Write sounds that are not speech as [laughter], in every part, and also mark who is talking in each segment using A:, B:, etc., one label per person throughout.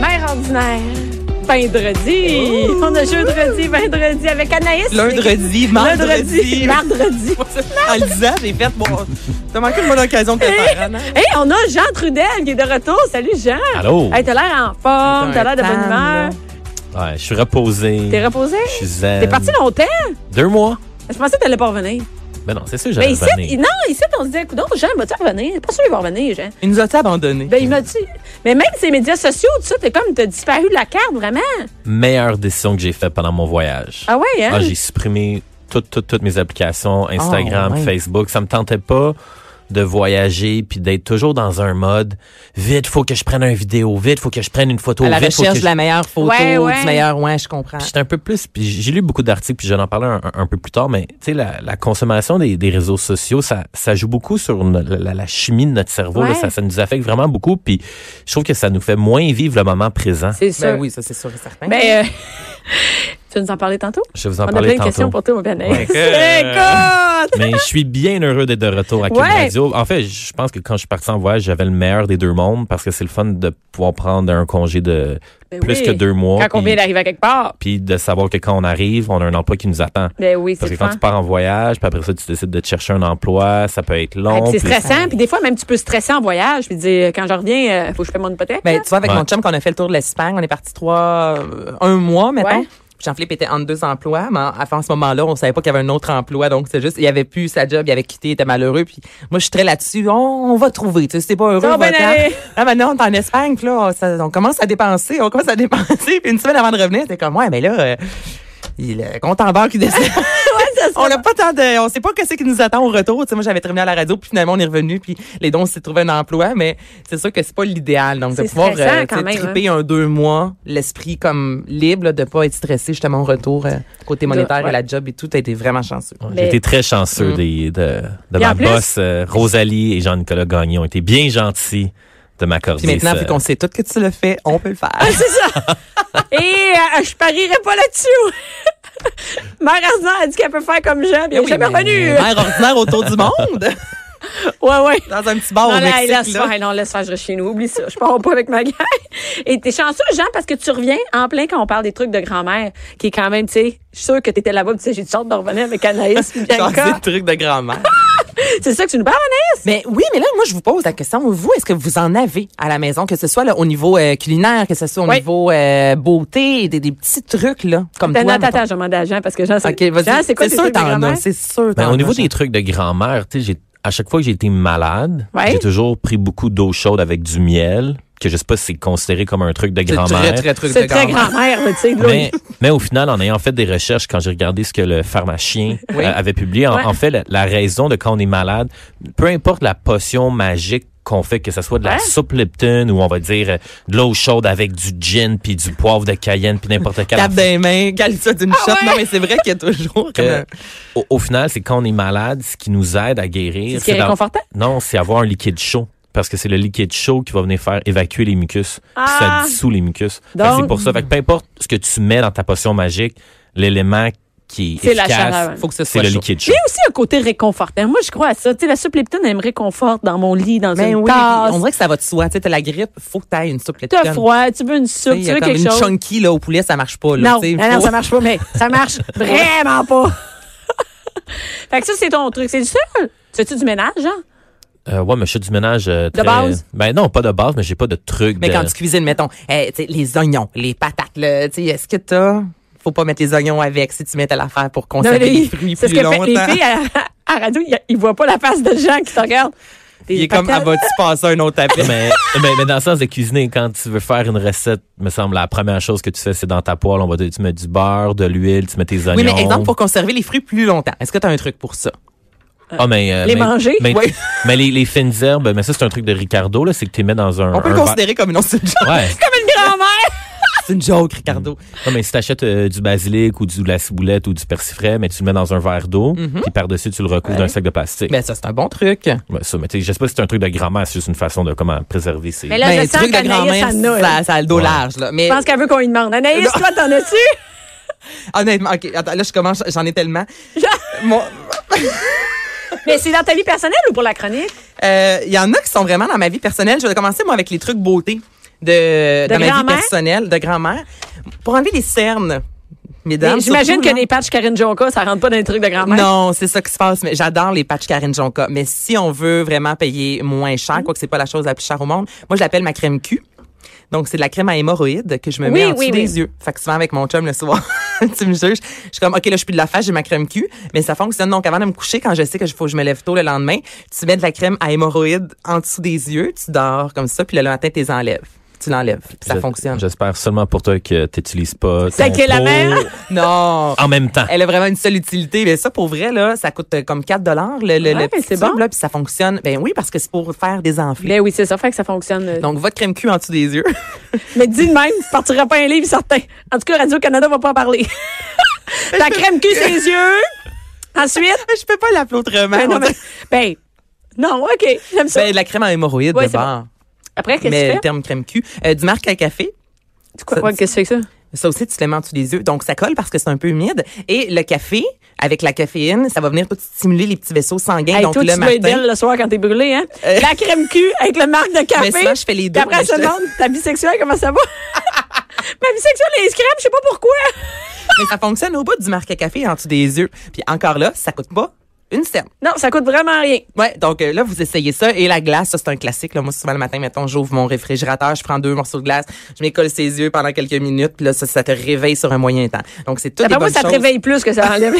A: Mère ordinaire, vendredi. On a jeudi, vendredi avec Anaïs.
B: Lundredi,
A: Vendredi,
B: mardi.
A: mardi.
B: En lisant, j'ai fait, bon, t'as manqué une bonne occasion hein? de te [laughs] faire. Anna.
A: Hey, on a Jean Trudel qui est de retour. Salut Jean.
C: Allô?
A: Hey, t'as l'air en forme, t'as l'air de bonne
B: Femme,
A: humeur.
B: là.
C: Ouais, je suis reposé.
A: T'es reposé?
C: Je suis zen.
A: T'es parti longtemps?
C: Deux mois?
A: Je pensais que t'allais pas revenir.
C: Ben non, c'est sûr,
A: Mais
C: j'allais
A: ici,
C: revenir.
A: non, ici, on se dit, écoute, Jean, vas-tu revenir? Pas sûr qu'il va revenir, Jean.
B: Il nous a-tu abandonnés?
A: Ben, il m'a dit. Mais même ces médias sociaux, tout ça, t'es comme, t'as disparu de la carte, vraiment.
C: Meilleure décision que j'ai faite pendant mon voyage.
A: Ah ouais, Oh, hein?
C: Ah, j'ai supprimé toutes, toutes, toutes mes applications, Instagram,
B: Ah, ouais.
C: Facebook. Ça me tentait pas de voyager puis d'être toujours dans un mode vite faut que je prenne une vidéo vite faut que je prenne une photo
B: à la
C: vite faut
B: recherche
C: que
B: de la meilleure photo,
A: Ouais, ouais.
B: du meilleur, ouais, je comprends.
C: Puis J'étais un peu plus, puis j'ai lu beaucoup d'articles, puis je vais en parler un, un peu plus tard, mais tu sais, la, la consommation des, des réseaux sociaux, ça, ça joue beaucoup sur no- la, la- la chimie de notre cerveau. là.
A: Ouais.
C: ça, ça nous affecte vraiment beaucoup, puis je trouve que ça nous fait moins vivre le moment présent.
A: C'est sûr.
B: Ben oui, ça c'est sûr et certain.
A: Ben, euh, [laughs] tu vas nous en parler tantôt?
C: Je vais vous en
A: On a
C: parler
A: plein de
C: tantôt.
A: questions pour toi, mon bien
C: Ouais.
A: [laughs] Écoute!
C: Mais je suis bien heureux d'être de retour à Cube
A: Ouais.
C: Radio. En fait, je pense que quand je suis parti en voyage, j'avais le meilleur des deux mondes parce que c'est le fun de pouvoir prendre un congé de
A: Ben
C: plus
A: oui.
C: que deux mois.
A: Quand on
C: puis-
A: vient d'arriver à quelque part,
C: puis de savoir que quand on arrive, on a un emploi qui nous attend.
A: ben oui, c'est
C: Parce
A: le
C: que quand
A: fun.
C: tu pars en voyage, puis après ça, tu décides de te chercher un emploi, ça peut être
A: Ah,
C: long.
A: puis C'est
C: puis-
A: stressant, puis des fois, même, tu peux stresser en voyage, puis dire, quand je reviens, euh, faut que je paie mon hypothèque.
B: Ben,
A: là.
B: tu vois, avec
C: Ouais.
B: mon chum, qu'on a fait le tour de l'Espagne, on est parti trois, euh, un mois, mettons.
A: Ouais.
B: Puis Jean-Philippe était entre deux emplois, mais en, à ce moment-là, on savait pas qu'il y avait un autre emploi, donc c'est juste, il avait plus sa job, il avait quitté, il était malheureux, puis moi, je suis très là-dessus, on, on va trouver, tu sais, si t'es pas heureux,
A: Ça va
B: on va
A: bien
B: t'en-
A: aller.
B: Là, maintenant, on est en Espagne, puis là, on- ça- on commence à dépenser, on commence à [laughs] dépenser, puis une semaine avant de revenir, t'es comme, ouais, mais là, euh, il, le compte en banque, il descend. on n'a pas tant de, on sait pas que c'est qui nous attend au retour. Tu sais, moi, j'avais terminé à la radio, puis finalement, on est revenu, puis les dons, on s'est trouvé un emploi, mais c'est sûr que c'est pas l'idéal. Donc, de
A: C'est
B: pouvoir euh,
A: stressant,
B: tu sais,
A: quand même, hein.
B: triper un deux mois, l'esprit comme libre, là, de pas être stressé justement au retour euh, côté monétaire
A: ouais.
B: et la job et tout, t'as été vraiment chanceux.
C: J'ai
A: Mais-
C: été très chanceux des- de, de
A: Et en
C: ma
A: plus-
C: boss, euh, Rosalie et Jean-Nicolas Gagnon. ont été bien gentils de m'accorder
B: Puis maintenant,
C: ce-
B: vu qu'on sait tout que tu le fais, on peut le faire. [laughs]
A: Ah, [laughs] c'est ça! Et euh, je parierais pas là-dessus! [laughs] Mère Arzan a dit qu'elle peut faire comme
C: Ben
A: Jean, puis elle
B: Eh Oui,
A: est jamais
B: mais-
A: revenue!
B: Mère ordinaire autour du monde. [laughs]
A: [laughs] Ouais, ouais.
B: Dans un petit bar
C: Oh,
A: Non,
B: au
A: là,
B: Mexique,
A: laisse
B: là.
A: faire, non, laisse faire, je reste chez nous. Oublie ça. Je pars pas avec ma gang. [laughs] Et t'es chanceux, Jean, parce que tu reviens en plein quand on parle des trucs de grand-mère, qui est quand même, tu sais, je suis sûre que t'étais là-bas, puis tu sais, j'ai une sorte de revenir avec Anaïs puis
B: Genre, c'est
A: Bianca.
B: le truc de grand-mère.
A: C'est ça que tu nous parles, Anaïs?
B: Mais oui, mais là, moi, je vous pose la question. Vous, est-ce que vous en avez à la maison, que ce soit là, au niveau euh, culinaire, que ce soit au
A: Oui.
B: niveau euh, beauté, des, des petits trucs, là, comme toi.
A: Attends, attends,
B: mettons.
A: attends, je demande à Jean, parce que Jean, c'est
B: OK, vas-y.
A: Jean, Hein, c'est quoi tes
B: sûr,
A: trucs de
B: t'en
A: grand-mère?
B: as. C'est sûr,
C: Ben,
B: t'en
C: au
B: as,
C: niveau
B: Jean.
C: des trucs de grand-mère, tu sais, j'ai- à chaque fois que j'ai été malade,
A: Ouais.
C: j'ai toujours pris beaucoup d'eau chaude avec du miel, que je sais pas si c'est considéré comme un truc de
B: C'est
C: grand-mère.
B: très, très truc de
A: C'est très
B: grand-mère.
A: grand-mère, mais tu sais, de l'eau.
C: Mais, mais au final, en ayant fait des recherches, quand j'ai regardé ce que le pharmacien
B: Oui.
C: euh, avait publié, en,
A: Ouais.
C: en fait, la, la raison de quand on est malade, peu importe la potion magique qu'on fait, que ce soit de la
A: Ouais.
C: soupe Lipton ou on va dire euh, de l'eau chaude avec du gin, puis du poivre de cayenne, puis n'importe quel
B: Tape
A: [laughs]
B: des mains, cale ça d'une shot.
A: ouais?
B: Non, mais c'est vrai qu'il y a toujours comme
C: que,
B: un-
C: au, au final, c'est quand on est malade, ce qui nous aide à guérir.
A: C'est ce qui est
C: d'av-
A: réconfortant?
C: Non, c'est avoir un liquide chaud. Parce que c'est le liquide chaud qui va venir faire évacuer les mucus. Puis
A: Ah!
C: ça dissout les mucus. Fait que
A: Donc-
C: C'est pour ça. Fait que peu importe ce que tu mets dans ta potion magique, l'élément qui est,
A: C'est la
C: efficace,
A: chaleur.
B: Faut que ce
C: c'est
B: soit
C: le
B: chaud.
C: liquide
A: J'ai
C: chaud.
A: aussi un côté réconfortant. Moi, je crois à ça. Tu sais, la soupe Lipton, elle me réconforte dans mon lit, dans
B: Ben
A: une
B: oui,
A: tasse.
B: on dirait que ça va de soi. Tu sais, t'as la grippe, faut que t'ailles une soupe
A: T'as
B: Lipton.
A: froid, tu veux une soupe,
B: Il
A: tu
B: y a
A: veux
B: comme
A: quelque
B: une
A: chose.
B: chunky là, au poulet, ça marche pas. Là,
A: Non, ah
B: tu sais,
A: non, non,
B: faut-
A: ça marche pas, mais ça
B: [laughs]
A: marche vraiment pas. [laughs] fait que ça, c'est ton truc. C'est du seul. Tu fais-tu du ménage, hein?
C: Euh, ouais, mais je suis du ménage. euh, très-
A: base?
C: Ben non, pas de base, mais j'ai pas de truc.
B: Mais
C: de-
B: quand tu cuisines, mettons, euh, tu sais, les oignons, les patates, là, tu sais, est-ce que t'as... Faut pas mettre les oignons avec si tu mets à l'affaire pour conserver les fruits
A: c'est
B: plus
A: ce que
B: longtemps.
A: fait les filles à, à radio. Ils- Ils voient pas la face de gens qui te regardent.
B: Il est comme, ah, vas-tu passer un autre
C: [laughs] mais,
B: appel?
C: [laughs] mais- mais dans le sens de cuisiner, quand tu veux faire une recette, me semble, la première chose que tu fais, c'est dans ta poêle, on va dire, tu mets du beurre, de l'huile, tu mets tes oignons.
B: oui, mais exemple, pour conserver les fruits plus longtemps, est-ce que t'as un truc pour ça?
C: Ah, mais, euh,
A: Les
C: mais-
A: manger?
C: Mais,
B: Ouais.
C: [laughs] mais les, les fines herbes, mais ça, c'est un truc de Ricardo, là, c'est que tu les mets dans un.
B: On peut
C: un
B: le considérer comme une autre
C: verre- Ouais. Mm.
A: Comme une grand-mère.
B: [laughs] C'est une joke, Ricardo.
C: Non, mais si t'achètes euh, du basilic ou du, de la ciboulette ou du persifrais, mais tu le mets dans un verre d'eau, puis par-dessus, tu le recouvres d'un sac de plastique.
B: Mm-hmm. Mais ça, c'est un bon truc.
C: Ouais, ça, mais tu sais, je sais pas si c'est un truc de grand-mère, c'est juste une façon de comment préserver ses...
A: Mais là,
B: Ben,
A: je sens
B: truc de
A: qu'Anaïs,
B: grand-mère,
A: ça en a, là.
B: ça, ça a le dos
C: Ouais.
B: large. Là. Mais
A: Je pense qu'elle veut qu'on lui demande. Anaïs, toi, t'en as-tu?
B: [laughs] honnêtement, OK, attends, là, je commence, j'en ai tellement. Mon-
A: Mais c'est dans ta vie personnelle ou pour la chronique?
B: Euh, Il y en a qui sont vraiment dans ma vie personnelle. Je vais commencer, moi, avec les trucs beauté de, dans ma vie
A: grand-mère?
B: personnelle, de grand-mère. Pour enlever les cernes, mesdames.
A: J'imagine
B: surtout,
A: que
B: là.
A: des patchs Karine Jonka, ça rentre pas dans les trucs de grand-mère.
B: Non, c'est ça qui se passe. Mais j'adore les patchs Karen Jonka. Mais si on veut vraiment payer moins
A: Mm.
B: cher, quoique c'est pas la chose la plus chère au monde, moi, je l'appelle ma crème Q. Donc, c'est de la crème à hémorroïdes que je me
A: Oui,
B: mets en
A: oui, oui.
B: dessous des yeux. Fait que souvent, avec mon chum le soir, [laughs] tu me juges. Je suis comme, OK, là, je suis plus de la face, j'ai ma crème Q. Mais ça fonctionne. Donc, avant de me coucher, quand je sais que je, faut que je me lève tôt le lendemain, tu mets de la crème à hémorroïdes en dessous des yeux, tu dors comme ça, puis le matin, tu les enlèves. Tu l'enlèves. Puis Ça
C: Je-
B: fonctionne.
C: J'espère seulement pour toi que t'utilises pas
A: Ça
C: ton
A: qui est la
C: pot
A: mère. Ah,
B: Non!
C: en même temps.
B: Elle a vraiment une seule utilité. Mais ça, pour vrai, là, ça coûte euh, comme 4 dollars
A: Ouais,
B: le, le, le
A: mais
B: petit
A: c'est
B: tube,
A: bon.
B: là, puis ça fonctionne. Ben oui, parce que c'est pour faire des enflures.
A: Ben oui, c'est ça. Fait que ça fonctionne. euh,
B: Donc, votre crème cul en dessous des yeux. [laughs]
A: Mais dis de même, tu partiras pas un livre certain. En tout cas, Radio-Canada va pas en
B: [laughs]
A: parler. Ta crème cul ses yeux. Ensuite,
B: je peux pas l'appeler autrement.
A: ben non,
B: On
A: mais-
B: dirait-
A: ben, non, OK, j'aime ça.
B: [laughs] Ben, de la crème à hémorroïdes,
A: Ouais,
B: de
A: c'est
B: bord.
A: Après, qu'est-ce
B: Mais
A: que
B: le
A: tu fais?
B: terme crème cul. Euh, du marque à café.
A: Tu crois- ouais, Qu'est-ce que c'est que ça?
B: Ça aussi, tu te le mets en dessous des yeux. Donc, ça colle parce que c'est un peu humide. Et le café, avec la caféine, ça va venir tout stimuler les petits vaisseaux sanguins.
A: Hey,
B: donc,
A: toi,
B: le
A: tu dois être
B: matin.
A: belle le soir quand t'es brûlée, hein? La crème cul avec le marque de café.
B: souvent, je fais les deux,
A: Puis après,
B: mais
A: elle se
B: [laughs] je-
A: demande, ta bisexuelle, comment ça va? [laughs] Ma bisexuelle, elle est crème, je sais pas pourquoi. [laughs]
B: Mais ça fonctionne au bout du marque à café en dessous des yeux. Puis encore là, ça coûte pas une scène.
A: Non, ça coûte vraiment rien.
B: Ouais, donc euh, là, vous essayez ça. Et la glace, ça, c'est un classique. Là. Moi, souvent, le matin, mettons, j'ouvre mon réfrigérateur, je prends deux morceaux de glace, je m'écolle ses yeux pendant quelques minutes, puis là, ça, ça te réveille sur un moyen temps. Donc, c'est tout des
A: D'après Ah ben moi,
B: bonnes
A: ça te
B: choses.
A: réveille plus que ça
B: [laughs]
A: enlève.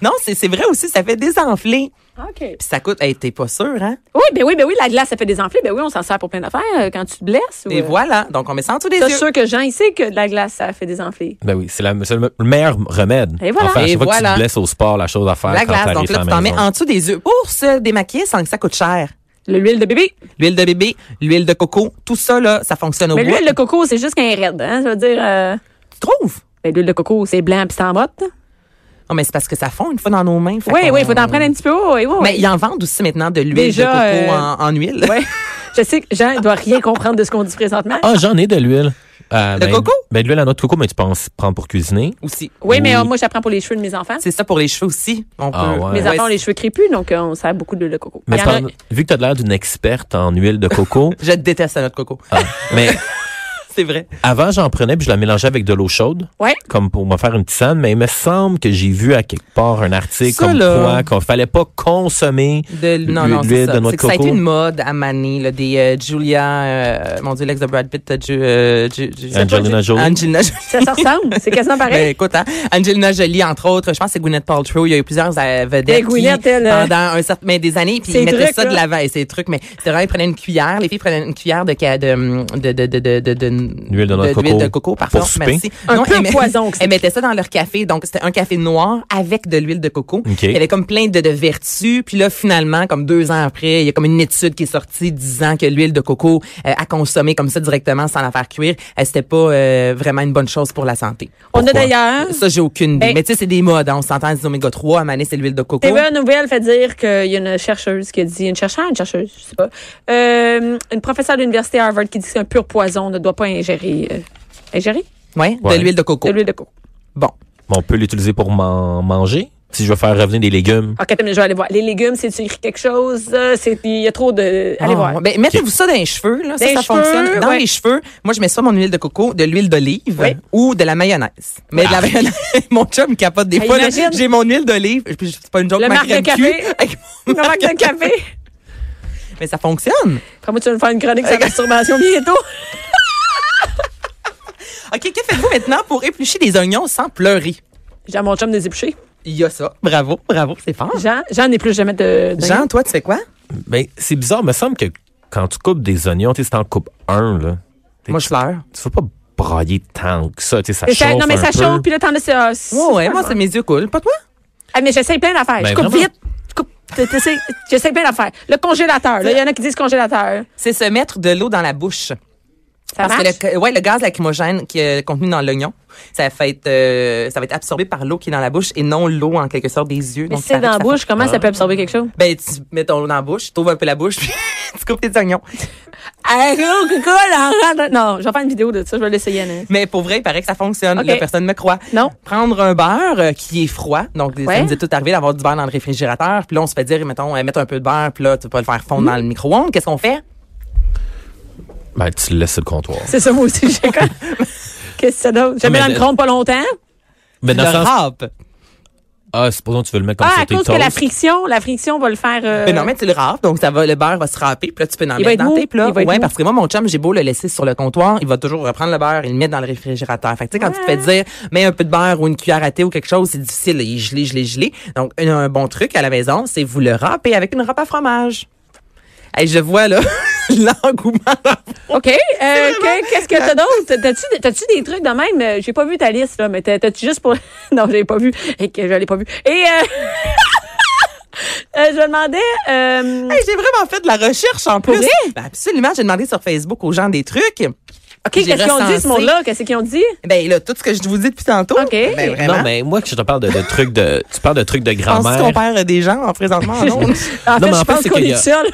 B: Non, c'est c'est vrai aussi, ça fait désenfler.
A: OK.
B: Puis ça coûte... Hey, t'es pas sûr, hein?
A: Oui, ben oui, ben oui, la glace, ça fait des enflés. Ben oui, on s'en sert pour plein d'affaires euh, quand tu te blesses. ou,
B: Et
A: euh,
B: voilà. Donc, on met ça en dessous des
A: T'es
B: yeux.
A: sûr que Jean, il sait que de la glace, ça fait des enflés.
C: Ben oui, c'est la- c'est le meilleur remède.
A: Et voilà.
C: Enfin, à
B: Et
C: chaque fois que tu
B: voilà.
C: te blesses au sport, la chose à faire
B: La
C: quand
B: glace, donc
C: t'arrives
B: là,
C: à
B: tu
C: la
B: t'en mets
C: maison.
B: en dessous des yeux pour se démaquiller sans que ça coûte cher.
A: Le- L'huile de bébé.
B: L'huile de bébé, l'huile de coco, tout ça, là, ça fonctionne au
A: Mais
B: bout.
A: l'huile de coco, c'est juste qu'un raide. Hein? Ça veut dire. euh,
B: Tu trouves?
A: ben, l'huile de coco, c'est blanc puis c'est en botte.
B: Non, mais c'est parce que ça fond une fois dans nos mains. fait
A: Oui,
B: qu'on-
A: oui, il faut t'en prendre un petit peu. Oui, oui, oui.
B: Mais ils en vendent aussi maintenant de l'huile de
A: Déjà,
B: coco
A: euh,
B: en, en huile.
A: Ouais. Je sais que Jean ne doit rien comprendre de ce qu'on dit présentement.
C: Ah, j'en ai de l'huile. Euh,
B: De
C: ben,
B: coco?
C: Ben, de l'huile à noix de coco, mais tu penses prendre pour cuisiner.
B: aussi.
A: oui, mais
C: oui.
A: euh, moi, j'apprends pour les cheveux de mes enfants.
B: C'est ça pour les cheveux aussi. On
C: Ah
B: peut.
C: ouais.
A: Mes
C: Ouais,
A: enfants ont les cheveux crépus, donc euh, on sert beaucoup d'huile de coco.
C: Mais
A: Il y en a-
C: pendant- vu que tu as l'air d'une experte en huile
A: [laughs]
C: de coco,
B: Je déteste la noix de
C: [laughs]
B: coco.
C: ah, mais
B: C'est vrai.
C: avant, j'en prenais puis je la mélangeais avec de l'eau chaude,
A: Ouais.
C: comme pour me faire une tisane, mais il me semble que j'ai vu à quelque part un article
B: Ça,
C: comme
B: là.
C: quoi qu'on fallait pas consommer
B: De, non, non, c'est
C: l'huile de
B: ça.
C: noix de
B: C'est que ça a
C: coco.
B: été une mode à Mané, là, des euh, Julia, euh, mon Dieu, l'ex de Brad Pitt, euh, Ju- euh, Ju- Ju-
C: Angelina Jolie.
B: Angelina Jolie.
A: Ça se ressemble. C'est quasiment
B: Ben,
A: pareil.
B: écoute, hein, Angelina Jolie, entre autres, je pense que c'est Gwyneth Paltrow. Il y a eu plusieurs euh, vedettes
A: Ben, Gwyneth,
B: qui,
A: elle, euh,
B: pendant un certain, mais des années, puis
A: ses
B: ils mettaient
A: trucs,
B: ça de
A: là.
B: l'avant. Et ces trucs, mais c'est vrai, ils prenaient une cuillère. Les filles prenaient une cuillère de ca- de de de de de de, de,
C: D'huile de noix de coco.
B: d'huile de coco, pardon,
C: Pour souper.
B: merci.
A: Un peu
B: elles met-
A: poison,
B: [laughs]
A: que c'est.
B: Elles mettaient ça dans leur café. Donc c'était un café noir avec de l'huile de coco.
C: Ok.
B: Il y avait comme plein de, de vertus. Puis là, finalement, comme deux ans après, il y a comme une étude qui est sortie disant que l'huile de coco euh, à consommer comme ça directement sans la faire cuire, euh, c'était pas euh, vraiment une bonne chose pour la santé.
A: On a d'ailleurs.
B: Ça, j'ai aucune idée.
A: Ben-
B: mais tu sais, c'est des modes. hein. On s'entend des oméga 3. À Mané, c'est l'huile de coco.
A: TVA Nouvelle fait dire qu'il y a une chercheuse qui a dit, une chercheuse, une chercheuse, je sais pas, euh, une professeure de l'université Harvard qui dit qu'un pur poison ne doit pas ingérer, euh, ingérer
B: Ouais,
C: Ouais.
B: de l'huile de coco.
A: de l'huile de coco.
B: Bon.
C: Mais on peut l'utiliser pour m'en manger. Si je veux faire revenir des légumes.
A: Ok, attends, mais je vais aller voir. Les légumes, c'est tu écris quelque chose, euh, c'est il y a trop de. Allez
B: Ah,
A: voir.
B: Ben, mettez-vous ça dans les cheveux. Là. Ça,
A: Dans les
B: ça
A: cheveux,
B: fonctionne. Dans
A: ouais.
B: les cheveux, moi, je mets ça mon huile de coco, de l'huile d'olive
A: Oui.
B: ou de la mayonnaise. Mais
C: Ah.
B: de la mayonnaise, [laughs] mon chum capote des
A: Hey,
B: fois. là.
A: imagine.
B: J'ai mon huile d'olive. puis C'est pas une joke.
A: Le
B: ma
A: marque de
B: crème
A: café.
B: cul, [laughs] avec mon
A: Le manque de café.
B: Mais ça fonctionne.
A: Comment tu vas nous faire une chronique sur la masturbation bientôt?
B: OK, que faites-vous maintenant pour éplucher des oignons sans pleurer?
A: J'ai à mon chum des épluchés.
B: Il y a ça. Bravo, bravo, c'est fort.
A: Jean, Jean n'est plus jamais de. de-
B: Jean, toi, tu fais quoi?
C: Ben, c'est bizarre, me semble que quand tu coupes des oignons, tu sais, si t'en coupes un, là, t'es-
B: Moi, je pleure.
C: tu vas pas brailler tant que ça, tu sais, ça
A: Et ça-
C: chauffe
A: non, mais ça
C: un peu.
A: chauffe, puis là, t'en as. c'est- ah, c'est-
B: Ouais, ouais,
A: c'est
B: moi,
A: pas
B: c'est
A: bon.
B: mes yeux coulent. Pas toi?
A: Ah, mais j'essaye plein d'affaires.
C: Ben,
A: je coupe
C: vraiment.
A: vite. Je coupe. t'es- t'essayes- J'essaye plein d'affaires. Le congélateur, là. Il y en a qui disent congélateur.
B: C'est se mettre de l'eau dans la bouche.
A: Ça
B: Parce
A: marche?
B: que le, ouais, le gaz lacrymogène qui est contenu dans l'oignon, ça, fait être, euh, ça va être absorbé par l'eau qui est dans la bouche et non l'eau, en quelque sorte, des yeux.
A: Mais
B: Donc,
A: si c'est
B: ça-
A: dans la
B: ça-
A: bouche, comment ça peut absorber quelque chose?
B: Ben, tu mets ton eau dans la bouche, tu ouvres un peu la bouche, [laughs] puis tu coupes tes oignons. Ah, oh,
A: Non, je vais faire une vidéo de ça, je vais l'essayer. Anna.
B: Mais pour vrai, il paraît que ça fonctionne.
A: Ok.
B: La personne me croit.
A: Non.
B: Prendre un beurre euh, qui est froid. Donc,
A: Ouais.
B: ça nous est tout arrivé d'avoir du beurre dans le réfrigérateur. Puis là, on se fait dire, mettons, euh, mettre un peu de beurre, puis là, tu vas le faire
A: Hmm.
B: fondre dans le micro-ondes. Qu'est-ce qu'on fait?
C: Ben, tu le laisses sur le comptoir.
A: C'est ça, moi aussi,
C: [laughs]
A: j'ai comme- Qu'est-ce que ça donne? Je le mets
C: Mais
A: dans le
C: de-
A: micro-ondes pas longtemps.
C: Mais dans
B: le
C: le sens,
B: râpes.
C: ah, supposons que tu veux le mettre comme
A: Ah,
C: sur
A: à
C: tes
A: cause que la
C: toasts.
A: friction, la friction va le faire. euh,
B: Ben non, mais tu le râpes, donc ça va, le beurre va se râper, puis là, tu peux en
A: Il va
B: mettre
A: être
B: dans
A: mou.
B: tes plats.
A: Il va être
B: Ouais,
A: mou.
B: parce que moi, mon chum, j'ai beau le laisser sur le comptoir, il va toujours reprendre le beurre et le mettre dans le réfrigérateur. Fait que, tu sais, quand tu te fais dire, mets un peu de beurre ou une cuillère à thé ou quelque chose, c'est difficile, il est gelé, gelé, gelé. Donc, un, un bon truc à la maison, c'est vous le râpez avec une râpe à fromage. Hey, je vois, là, [laughs] l'engouement.
C: [laughs]
A: OK. euh, que- Qu'est-ce que t'as d'autre? T'as-tu- T'as-tu des trucs de même? Euh, J'ai pas vu ta liste, là, mais t'as- t'as-tu juste pour. [laughs] non, je l'ai pas vu. Et que je l'ai pas vu. Et. euh, [laughs] euh, je me demandais. euh,
B: Hey, j'ai vraiment fait de la recherche en plus.
A: vrai?
B: Ben, absolument, j'ai demandé sur Facebook aux gens des trucs.
A: OK,
B: j'ai
A: qu'est-ce qu'ils ont dit, ce
B: recensé.
A: monde-là? Qu'est-ce qu'ils ont dit?
B: Ben là, tout ce que je vous dis depuis tantôt.
A: OK.
B: Ben, vraiment.
C: Non, mais moi, que je te parle de, de trucs de, tu parles de trucs de
B: Penses-tu qu'on
C: grand-mère.
B: perd euh, des gens en présentement? Non.
A: Ah, En
C: Non,
A: fait,
C: mais en
A: je
C: fait,
A: pense
C: c'est
A: qu'on
C: qu'il y
A: est
C: a-
A: tout seul.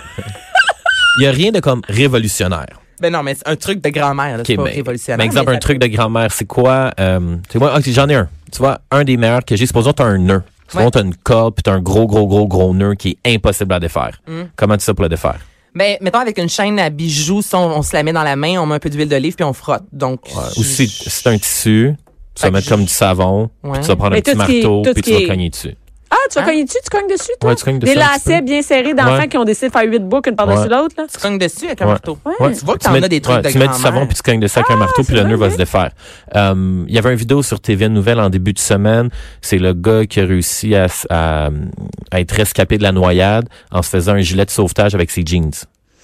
C: Il y a rien de comme révolutionnaire.
B: [laughs] ben non, mais c'est un truc de grand-mère, là, c'est
C: Ok,
B: pas
C: mais-
B: révolutionnaire.
C: mais exemple,
B: Mais
C: un truc de grand-mère, c'est quoi? Euh, tu sais, moi, ok, j'en ai un. Tu vois, un des meilleurs que j'ai, supposons t'as un nœud. Supposons
B: Ouais.
C: t'as une corde, puis t'as un gros, gros, gros, gros nœud qui est impossible à défaire.
A: Mm.
C: Comment tu fais pour le défaire?
B: Ben, mettons avec une chaîne à bijoux, si on, on se la met dans la main, on met un peu d'huile d'olive puis on frotte. Donc, je-
C: Ou si
B: je-
C: c'est un tissu, tu
B: Fait
C: vas
B: que
C: mettre
B: je-
C: comme du savon,
B: Ouais.
C: puis tu vas prendre
A: Mais
C: un petit
A: tout ce qui est-
C: marteau,
A: tout ce
C: puis tu
A: qui
C: vas
A: est-
C: cogner dessus.
A: Ah, tu vas cogner dessus? Tu cognes dessus, toi?
C: Hein? Ouais, tu cognes
A: Des
C: dessus un petit
A: lacets
C: peu.
A: bien serrés d'enfants
C: Ouais.
A: qui ont décidé de faire huit boucles une par-dessus
C: Ouais.
A: l'autre, là.
B: tu cognes dessus avec un
C: Ouais.
B: marteau.
A: Ouais.
B: Tu vois que
C: Tu
B: t'en
C: mets-
B: as des trucs
C: ouais,
B: de
C: tu mets du savon
B: grand-mère. Ah,
C: puis tu cognes de ça avec un marteau puis
A: c'est
C: le nœud
A: vrai,
C: va se défaire. Euh, Il y avait une vidéo sur TV Nouvelle en début de semaine. C'est le gars qui a réussi à, s- à, à être rescapé de la noyade en se faisant un gilet de sauvetage avec ses jeans.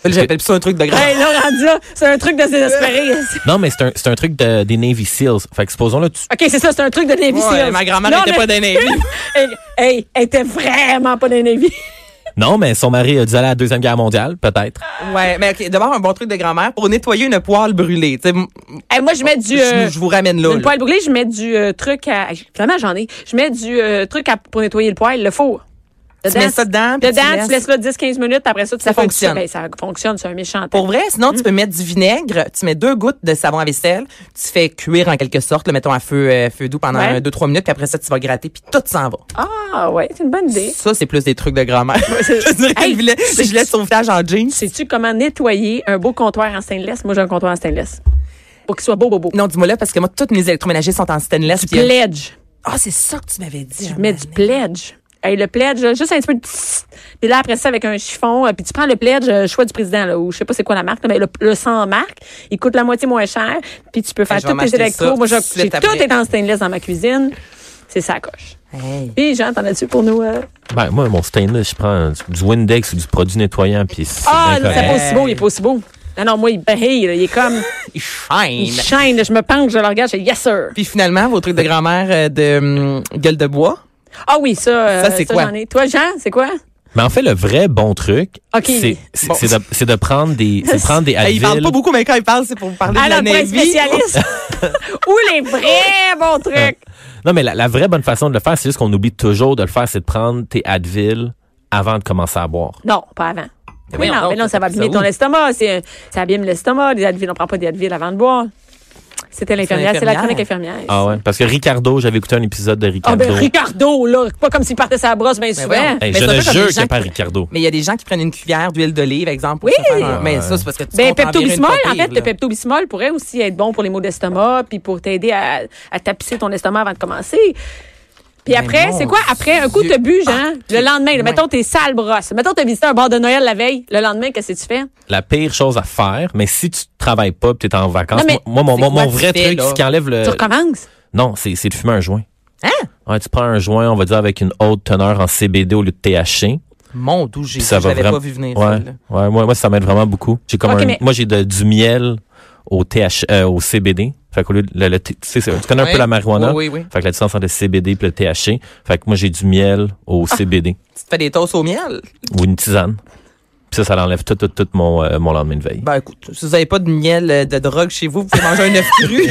B: J'appelle ça un truc de grand-mère.
A: Hey, là, rendu là, c'est un truc de désespéré.
C: [laughs] Non, mais c'est un, c'est un truc de- des Navy Seals. Fait que supposons là, tu,
A: OK, c'est ça, c'est un truc de Navy
B: Ouais,
A: Seals.
B: ma grand-mère
A: Non,
B: n'était
A: mais-
B: pas d'un Navy.
A: Hey, hey, elle était vraiment pas dans
C: [laughs]
A: Navy.
C: non, mais son mari a dû aller à la Deuxième Guerre mondiale, peut-être.
B: Ouais, mais ok, d'abord un bon truc de grand-mère pour nettoyer une poêle brûlée. Tu sais, m-
A: Hey, moi, je mets du.
B: je,
A: euh,
B: je vous ramène là.
A: une
B: là.
A: poêle brûlée, je mets du euh, truc à. Finalement, j'en ai. Je mets du euh, truc à- pour nettoyer le poêle, le four.
B: Tu mets ça dedans, puis
A: Dedans,
B: tu
A: tu, laisses
B: laisses-
A: là 10-15 minutes, après ça, tu
B: Ça
A: fais un petit-
B: fonctionne.
A: Ben, ça fonctionne, c'est un méchant. temps.
B: Pour vrai, sinon,
A: Mm.
B: tu peux mettre du vinaigre, tu mets deux gouttes de savon à vaisselle, tu fais cuire en quelque sorte, le mettons à feu, euh, feu doux pendant
A: Ouais.
B: un, deux, trois minutes, puis après ça, tu vas gratter, puis tout s'en va.
A: Ah, ouais, c'est une bonne idée.
B: Ça, c'est plus des trucs de grand-mère. [laughs] je dirais
A: Hey,
B: le gilet- le gilet de sauvetage en jeans.
A: Sais-tu comment nettoyer un beau comptoir en stainless? Moi, j'ai un comptoir en stainless. Pour qu'il soit beau, beau, beau.
B: Non, dis-moi là, parce que moi, toutes mes électroménagers sont en stainless.
A: Du
B: puis il y a-
A: pledge.
B: Ah, c'est ça que tu m'avais dit. hein,
A: Tu mets du
B: Mané.
A: pledge. Hey, le pledge, là, juste un petit peu de tss. Puis là, après ça, avec un chiffon, euh, puis tu prends le pledge, euh, choix du président, là, ou je sais pas c'est quoi la marque, là, mais le, le sans marque, il coûte la moitié moins cher, puis tu peux faire
B: je vais
A: tous tes
B: m'acheter
A: électros.
B: ça
A: Moi, j'ai
B: tout de suite
A: j'ai-
B: après.
A: tout est en stainless dans ma cuisine. C'est ça, la coche.
B: Hey.
A: Puis, Jean, t'en as-tu pour nous? euh?
C: Ben, moi, mon stainless, je prends du Windex ou du produit nettoyant, puis c'est
A: Ah,
C: bien
A: non, c'est
C: correct.
A: pas aussi beau, il est pas aussi beau. Non, non, moi, il brille, là, il est
B: [laughs]
A: comme,
B: Il
A: il [laughs]
B: shine.
A: chaîne, là, je me penche, je le regarde, je dis, yes, sir.
B: Puis finalement, vos trucs de grand-mère euh, de hum, gueule de bois.
A: Ah oui, ça, euh,
B: Ça, c'est quoi?
A: j'en ai. Toi, Jean, c'est quoi?
C: Mais en fait, le vrai bon truc,
A: Ok.
C: c'est c'est-
B: Bon.
C: c'est de, c'est de prendre des, c'est de prendre des
B: Hey, [laughs] il parle
C: Advil.
B: pas beaucoup, mais quand il parle, c'est pour vous parler
A: Alors,
B: de
A: pour
B: la
A: être
B: Navy.
A: spécialiste.
B: [laughs]
A: Ou les vrais bons trucs.
C: Non, mais la, la vraie bonne façon de le faire, c'est juste qu'on oublie toujours de le faire, c'est de prendre tes Advil avant de commencer à boire.
A: Non, pas avant. Oui,
B: voyons
A: non,
B: donc,
A: mais non, ça va
B: ça
A: abîmer ton
B: où?
A: estomac. c'est- Ça abîme l'estomac. Les Advil, on prend pas d'Advil avant de boire. C'était l'infirmière. C'est la
B: l'infirmière.
A: chronique infirmière.
C: Ah ouais? Parce que Ricardo, j'avais écouté un épisode de
A: Ah,
C: Ricardo.
A: ben, Ricardo, là, pas comme s'il partait sa brosse bien souvent.
B: Ben voyons. Mais
C: Hey, je
B: ça
C: ne
B: fait comme
C: jure
B: des
C: qu'il n'y
B: gens
C: a pas
B: qui-
C: Ricardo.
B: Mais il y a des gens qui prennent une cuillère d'huile d'olive, exemple, pour
A: Oui.
B: se faire un- Mais
C: Ouais.
B: ça, c'est parce que tu
A: Ben,
B: comptes en virer une
A: Pepto-Bismol,
B: pas
A: en fait,
B: pire,
A: le
B: là.
A: Pepto-Bismol pourrait aussi être bon pour les maux d'estomac, puis pour t'aider à, à tapisser ton estomac avant de commencer. Puis
B: Mais
A: après,
B: mon
A: c'est quoi? Après, un coup,
B: Dieu.
A: t'as bu, Jean, le lendemain, là,
B: Ouais.
A: mettons tes sales brosses. Mettons t'as visité un bar de Noël la veille. Le lendemain, qu'est-ce que tu fais?
C: La pire chose à faire, mais si tu travailles pas, tu es en vacances,
A: Non, mais-
C: moi, mon,
B: C'est
C: mon,
B: quoi
C: mon
B: tu
C: vrai
B: fais,
C: truc,
B: là?
C: ce qui enlève le...
A: tu
B: Euh,
A: recommences?
C: Non, c'est c'est de fumer un joint.
B: Hein?
C: Ouais, tu prends un joint, on va dire, avec une haute teneur en CBD au lieu de THC.
B: Mon doux, j'ai
C: Puis ça
B: je
C: va
B: l'avais
C: vraiment.
B: pas vu venir.
C: ouais.
B: celle-là.
C: ouais, moi, moi, ça m'aide vraiment beaucoup. J'ai comme
A: Ok,
C: un-
A: mais-
C: Moi, j'ai de- du miel au TH, euh, au CBD. Fait qu'au lieu de- le, le T- tu, sais, c'est- tu connais un
B: Ouais.
C: peu la marijuana.
B: Oui, oui, oui.
C: Fait que la différence entre le CBD et le THC. Fait que moi, j'ai du miel au CBD
B: Tu te fais des toasts au miel.
C: ou une tisane. Puis ça, ça l'enlève tout, tout, tout mon, euh, mon lendemain de veille.
B: Ben écoute, si vous n'avez pas de miel euh, de drogue chez vous, vous pouvez manger un œuf
C: [laughs]
B: cru.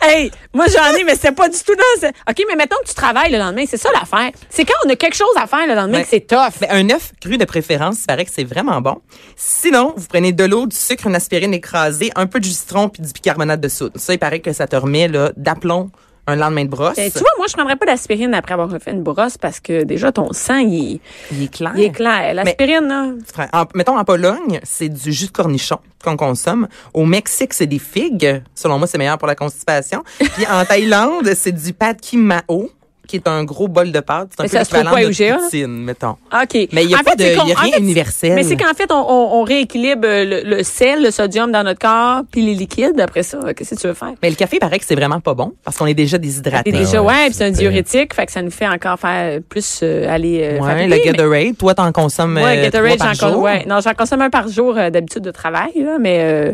A: Hey, moi j'en ai, mais c'était pas du tout dans. ce- OK, mais mettons que tu travailles le lendemain, c'est ça l'affaire. C'est quand on a quelque chose à faire le lendemain
B: Ouais.
A: que c'est tough.
B: Ben, un œuf cru de préférence, il paraît que c'est vraiment bon. Sinon, vous prenez de l'eau, du sucre, une aspirine écrasée, un peu de jus de citron puis du bicarbonate de soude. Ça, il paraît que ça te remet là, d'aplomb un lendemain de brosse.
A: Eh, tu vois, moi, je prendrais pas d'aspirine après avoir fait une brosse parce que déjà, ton sang, il,
B: il est clair.
A: il est clair. L'aspirine, là.
B: Tu prends- en- mettons, en Pologne, c'est du jus de cornichon qu'on consomme. Au Mexique, c'est des figues. Selon moi, c'est meilleur pour la constipation. Puis
A: [laughs]
B: en Thaïlande, c'est du pad ki mao, qui est un gros bol de pâte. C'est un
A: Mais
B: peu
A: ça se trouve
B: l'équivalent
A: pas
B: de
A: au IGA, là?
B: poutine, mettons.
A: OK.
B: Mais il n'y a
A: En
B: pas
A: fait,
B: de,
A: c'est qu'on-
B: il y a
A: en
B: rien
A: fait,
B: d'universel.
A: Mais c'est qu'en fait, on, on- on rééquilibre le, le sel, le sodium dans notre corps, puis les liquides. Après ça, qu'est-ce que tu veux faire?
B: Mais le café, il paraît que c'est vraiment pas bon parce qu'on est déjà déshydraté.
A: Et déjà,
C: ouais,
A: ouais, puis c'est un
C: c'est-
A: diurétique, fait que ça nous fait encore faire plus euh, aller. euh,
B: Ouais,
A: faire
B: le
A: pipi, mais-
B: Gatorade, toi, t'en consommes
A: Ouais,
B: euh,
A: Gatorade,
B: trois par
A: j'en con-
B: jour.
A: ouais. Non, j'en consomme un par jour euh, d'habitude de travail, là, mais euh,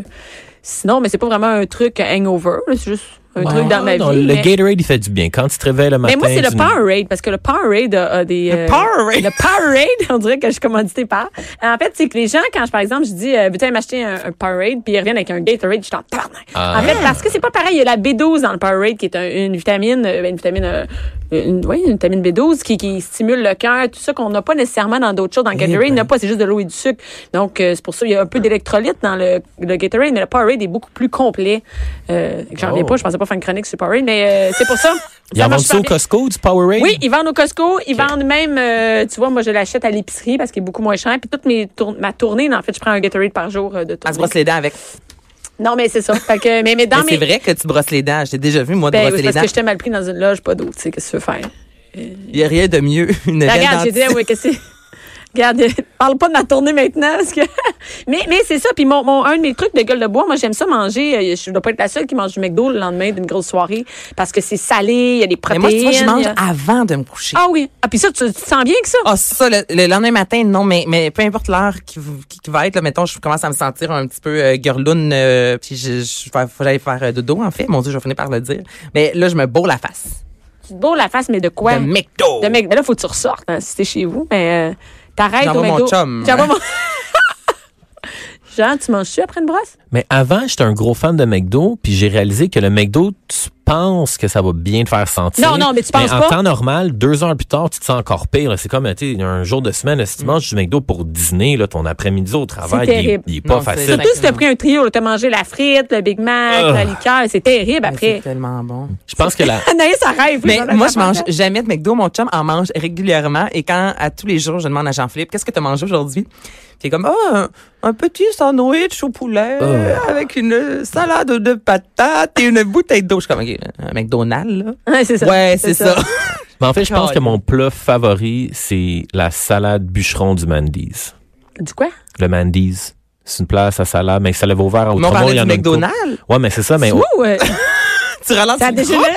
A: sinon, mais c'est pas vraiment un truc hangover, là, c'est juste un
C: Ouais. Ah,
A: truc dans ma
C: Non,
A: vie.
C: Le
A: mais-
C: Gatorade, il fait du bien. Quand tu te réveilles le matin.
A: mais moi, c'est le
C: tu-
A: Powerade, parce que le Powerade a, a des... euh,
B: Powerade?
A: Le Powerade, on dirait que je suis commandité par. En fait, c'est que les gens, quand je, par exemple, je dis, euh, veux-tu aller m'acheter un, un Powerade, puis ils reviennent avec un Gatorade, je suis en tabarnak.
C: Ah.
A: En fait, parce que c'est pas pareil, il y a la B12 dans le Powerade, qui est un- une vitamine, euh, ben, une vitamine, euh, une, oui, une vitamine B12 qui, qui stimule le cœur, tout ça qu'on n'a pas nécessairement dans d'autres choses. Dans
C: Eh
A: le Gatorade,
C: ben.
A: il n'y en a pas, c'est juste de l'eau et du sucre. Donc, euh, c'est pour ça, il y a un peu d'électrolyte dans le, le Gatorade, mais le Powerade est beaucoup plus complet. Euh, J'en reviens
C: Oh.
A: pas, je pensais pas faire une chronique sur Powerade, mais euh, c'est pour ça.
C: Ils
A: Ça
C: en vendent
A: marche
C: ça au
A: super bien.
C: Costco, du Powerade?
A: Oui, ils vendent au Costco. Ils vendent même, euh, tu vois, moi, je l'achète à l'épicerie parce qu'il est beaucoup moins cher. Puis toute mes tour- ma tournée, en fait, je prends un Gatorade par jour euh, de
B: Elle se
A: tournée.
B: brosse les dents avec.
A: Non, mais c'est ça. Fait que, mais, mais dans
B: [laughs] Mais
A: mes...
B: C'est vrai que tu brosses les dents. J'ai déjà vu, moi, de
A: Ben,
B: brosser
A: c'est
B: les
A: parce
B: dents.
A: que j'étais mal pris dans une loge, pas d'eau. Tu sais, qu'est-ce que tu veux faire?
B: Il n'y a rien de mieux. [laughs] Une
A: Ben,
B: belle
A: regarde, j'ai dit, ah
B: dentiste.
A: oui, qu'est-ce que c'est? [laughs] Regarde, euh, parle pas de ma tournée maintenant. Parce que... [laughs] mais mais c'est ça. Puis mon, mon, un de mes trucs de gueule de bois, moi, j'aime ça manger. Euh, Je dois pas être la seule qui mange du McDo le lendemain d'une grosse soirée parce que c'est salé, il y a des
B: Mais
A: protéines.
B: moi, tu vois, je
A: il
B: mange
A: y a-
B: avant de me coucher.
A: Ah oui. Ah, puis ça, tu, tu te sens bien que ça?
B: Ah, ça, le, le lendemain matin, non, mais, mais peu importe l'heure qui, vous- qui, qui va être, là, mettons, je commence à me sentir un petit peu euh, girloune, euh, puis je, je, faut- faut que j'aille faire euh, dodo, en fait. Mon Dieu, je vais finir par le dire. Mais là, je me bourre la face.
A: Tu te bourres la face, mais de quoi?
B: De McDo!
A: De mec, mais là, faut que tu ressortes hein, si t'es chez vous. Mais euh, t'arrêtes au
B: J'envoie mon
A: McDo.
B: chum.
A: J'envoie mon- [laughs] Jean, tu manges-tu après une brosse?
C: Mais avant, j'étais un gros fan de McDo, puis j'ai réalisé que le McDo, tu penses que ça va bien te faire sentir.
A: Non, non, mais tu penses
C: en
A: pas.
C: temps normal, deux heures plus tard, tu te sens encore pire. là. C'est comme tu sais, un jour de semaine, là, si tu manges du McDo pour dîner, là, ton après-midi au travail,
A: Mm. C'est
C: il est-
A: terrible.
C: il est pas
B: Non, c'est-
C: facile.
A: Surtout si t'as pris un trio, là, t'as mangé la frite, le Big Mac,
C: Ah.
A: la liqueur, c'est terrible
B: Mais C'est
A: après.
B: tellement bon.
C: Je pense que la...
A: [laughs] Anaïs, ça rêve.
B: Mais
A: là, dans
B: moi,
A: la hein?
B: je mange
A: table.
B: jamais de McDo. Mon chum en mange régulièrement. Et quand, à tous les jours, je demande à Jean-Philippe, qu'est-ce que tu as mangé aujourd'hui? Puis il est comme, ah, un- un, petit sandwich au poulet
A: Oh.
B: avec une salade de patates et une bouteille d'eau. Je suis comme, OK, un McDonald's, là.
A: Ouais, c'est ça.
B: Ouais, c'est ça.
C: Mais en fait, je pense
B: Calme.
C: que mon plat favori, c'est la salade bûcheron du Mandy's.
A: Du quoi?
C: Le Mandy's. C'est une place à salade, mais ça l'avait ouvert à
B: Mais on
C: Outremont.
B: parlait
C: il y
B: du
C: en a une couple.
B: McDonald's.
C: Ouais, mais c'est ça, mais
A: Ouh, euh,
B: Tu ralentis
A: ça
B: le groupe?
A: dégénère.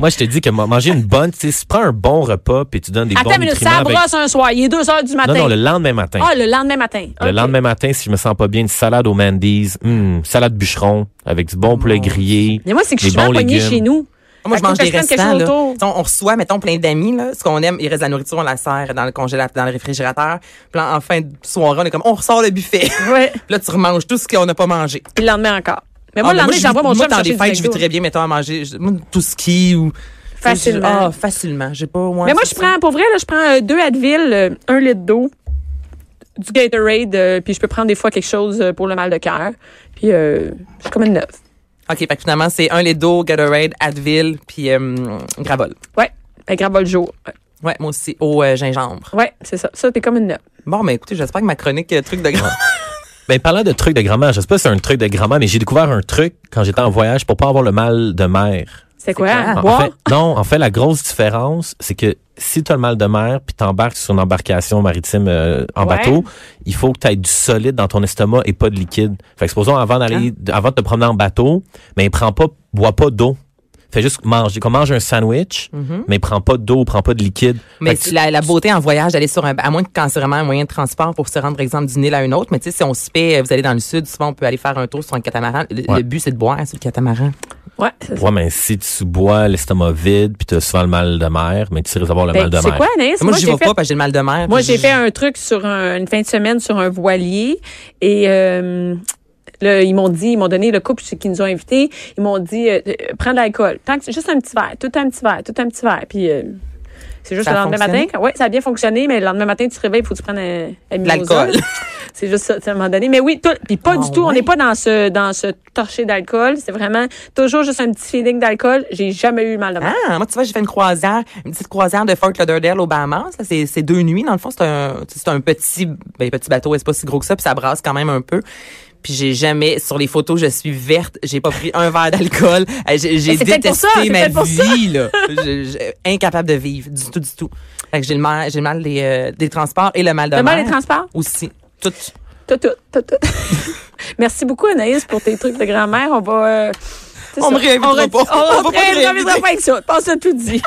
C: moi, je te dis que ma- manger une bonne, tu sais, si tu prends un bon repas puis tu donnes des
A: Attends,
C: bons
A: une minute,
C: nutriments
A: ça
C: avec-
A: brosse un soir. Il est 2 heures du matin.
C: Non, non, le lendemain matin.
A: Ah, le lendemain matin.
C: Le
A: Ok.
C: lendemain matin, si je me sens pas bien, une salade au Mandy's, hum, salade bûcheron avec du bon poulet grillé.
A: Mais moi, c'est que je
C: des
A: suis
C: bons
A: souvent poignée
C: légumes.
A: chez nous.
B: Moi, je
A: Fait que
B: mange
A: faut que
B: des
A: je prenne quelque
B: restants.
A: chose
B: Là.
A: autour.
B: On, on reçoit, mettons, plein d'amis. là. Ce qu'on aime, il reste de la nourriture, on la serre dans le congélateur, dans le réfrigérateur. Puis en en fin de soirée, on est comme, on ressort le buffet. [laughs]
A: Ouais.
B: Puis là, tu remanges tout ce qu'on n'a pas mangé.
A: Puis le lendemain encore. Mais moi,
B: Ah,
A: le
B: ben
A: lendemain,
B: je
A: j'envoie
B: vis-
A: mon chum
B: Moi, dans
A: chercher
B: les
A: du
B: fêtes, je vis
A: McDo.
B: très bien, mettons, à manger je- moi, tout ski ou...
A: Facilement.
B: Ah, facilement. J'ai pas... ouais,
A: Mais moi, je
B: c'est
A: prends, pour vrai, là, je prends euh, deux Advil, euh, un litre d'eau, du Gatorade, euh, puis je peux prendre des fois quelque chose euh, pour le mal de cœur. Puis euh, je suis comme une neuve.
B: ça. OK, fait que finalement, c'est un Ledo, Gatorade, Advil, puis euh, Gravol.
A: Ouais. Ben, grave le jour. Ouais.
B: Ouais, moi aussi, au euh, gingembre.
A: Ouais, c'est ça. Ça, t'es comme une neuve.
B: Bon, ben écoutez, j'espère que ma chronique euh, truc de grand...
C: Ben, parlant de trucs de grand-mère, je sais pas si c'est un truc de grand-mère, mais j'ai découvert un truc quand j'étais en voyage pour pas avoir le mal de mer.
A: C'est quoi?
B: quoi?
A: à
C: En- en
A: Boire?
C: fait, non, en fait, la grosse différence, c'est que si tu as le mal de mer puis t'embarques sur une embarcation maritime euh, en
A: Ouais.
C: bateau, il faut que tu aies du solide dans ton estomac et pas de
A: Ah.
C: liquide. Fait que supposons avant d'aller, avant de te promener en bateau, mais prends pas, bois pas d'eau. Fais juste manger, qu'on mange un sandwich,
A: Mm-hmm.
C: mais prends pas d'eau, prends pas de liquide.
B: Mais
C: Fait que
B: c'est la, la beauté en voyage d'aller sur un, à moins que quand c'est vraiment un moyen de transport pour se rendre, par exemple, d'une île à une autre. Mais tu sais, si on se fait, euh, vous allez dans le sud, souvent on peut aller faire un tour sur un catamaran. Le,
C: Ouais.
B: le but, c'est de boire sur le catamaran.
A: Ouais, c'est ça.
C: Ouais, mais si tu bois l'estomac vide, puis tu as souvent le mal de mer, mais tu risques d'avoir le
A: Ben,
C: mal de
A: tu sais
C: mer.
A: quoi, Anaïs?
B: Moi, j'y
A: j'ai
B: vais
A: fait-
B: pas parce que j'ai le mal de mer.
A: Moi,
B: puis
A: j'ai fait un truc sur un- une fin de semaine sur un voilier et euh, là, ils m'ont dit, ils m'ont donné le couple qui nous ont invités, ils m'ont dit euh, euh, prends de l'alcool, tant que juste un petit verre, tout un petit verre, tout un petit verre, puis euh, c'est juste
B: Ça a
A: le lendemain
B: fonctionné?
A: matin. Oui, ça a bien fonctionné, mais le lendemain matin, tu te réveilles, il faut que tu prennes un, un
B: L'alcool.
A: Mimosa. C'est juste ça, tu sais, à un moment donné. Mais oui, tout, puis pas
B: Ah
A: du tout. On
B: ouais?
A: n'est pas dans ce dans ce torché d'alcool. C'est vraiment toujours juste un petit feeling d'alcool. J'ai jamais eu le mal de mer.
B: Ah, moi, tu vois, j'ai fait une croisière, une petite croisière de Fort Lauderdale au Bahamas. là. C'est c'est deux nuits, dans le fond. C'est un, c'est un petit, ben, petit bateau, c'est pas si gros que ça, puis ça brasse quand même un peu. Puis j'ai jamais, sur les photos, je suis verte. J'ai pas pris un verre d'alcool. Euh, J'ai j'ai
A: Mais c'est peut-être
B: détesté
A: pour ça, c'est
B: ma
A: peut-être pour ça.
B: vie, là. Je- je- incapable de vivre, du tout, du tout. Fait que j'ai le mal, j'ai le mal des, euh, des transports et le mal de
A: Le mal
B: mer
A: des transports?
B: Aussi. Tout.
A: Tout, tout, tout, tout. [laughs] Merci beaucoup, Anaïs, pour tes trucs de grand-mère. On va. euh, c'est
B: On
A: ça.
B: me réinvitera
A: re-
B: pas.
A: On,
B: On va
A: on
B: pas te
A: te réinvitera
B: réinviter.
A: pas avec ça. Passe tout dit.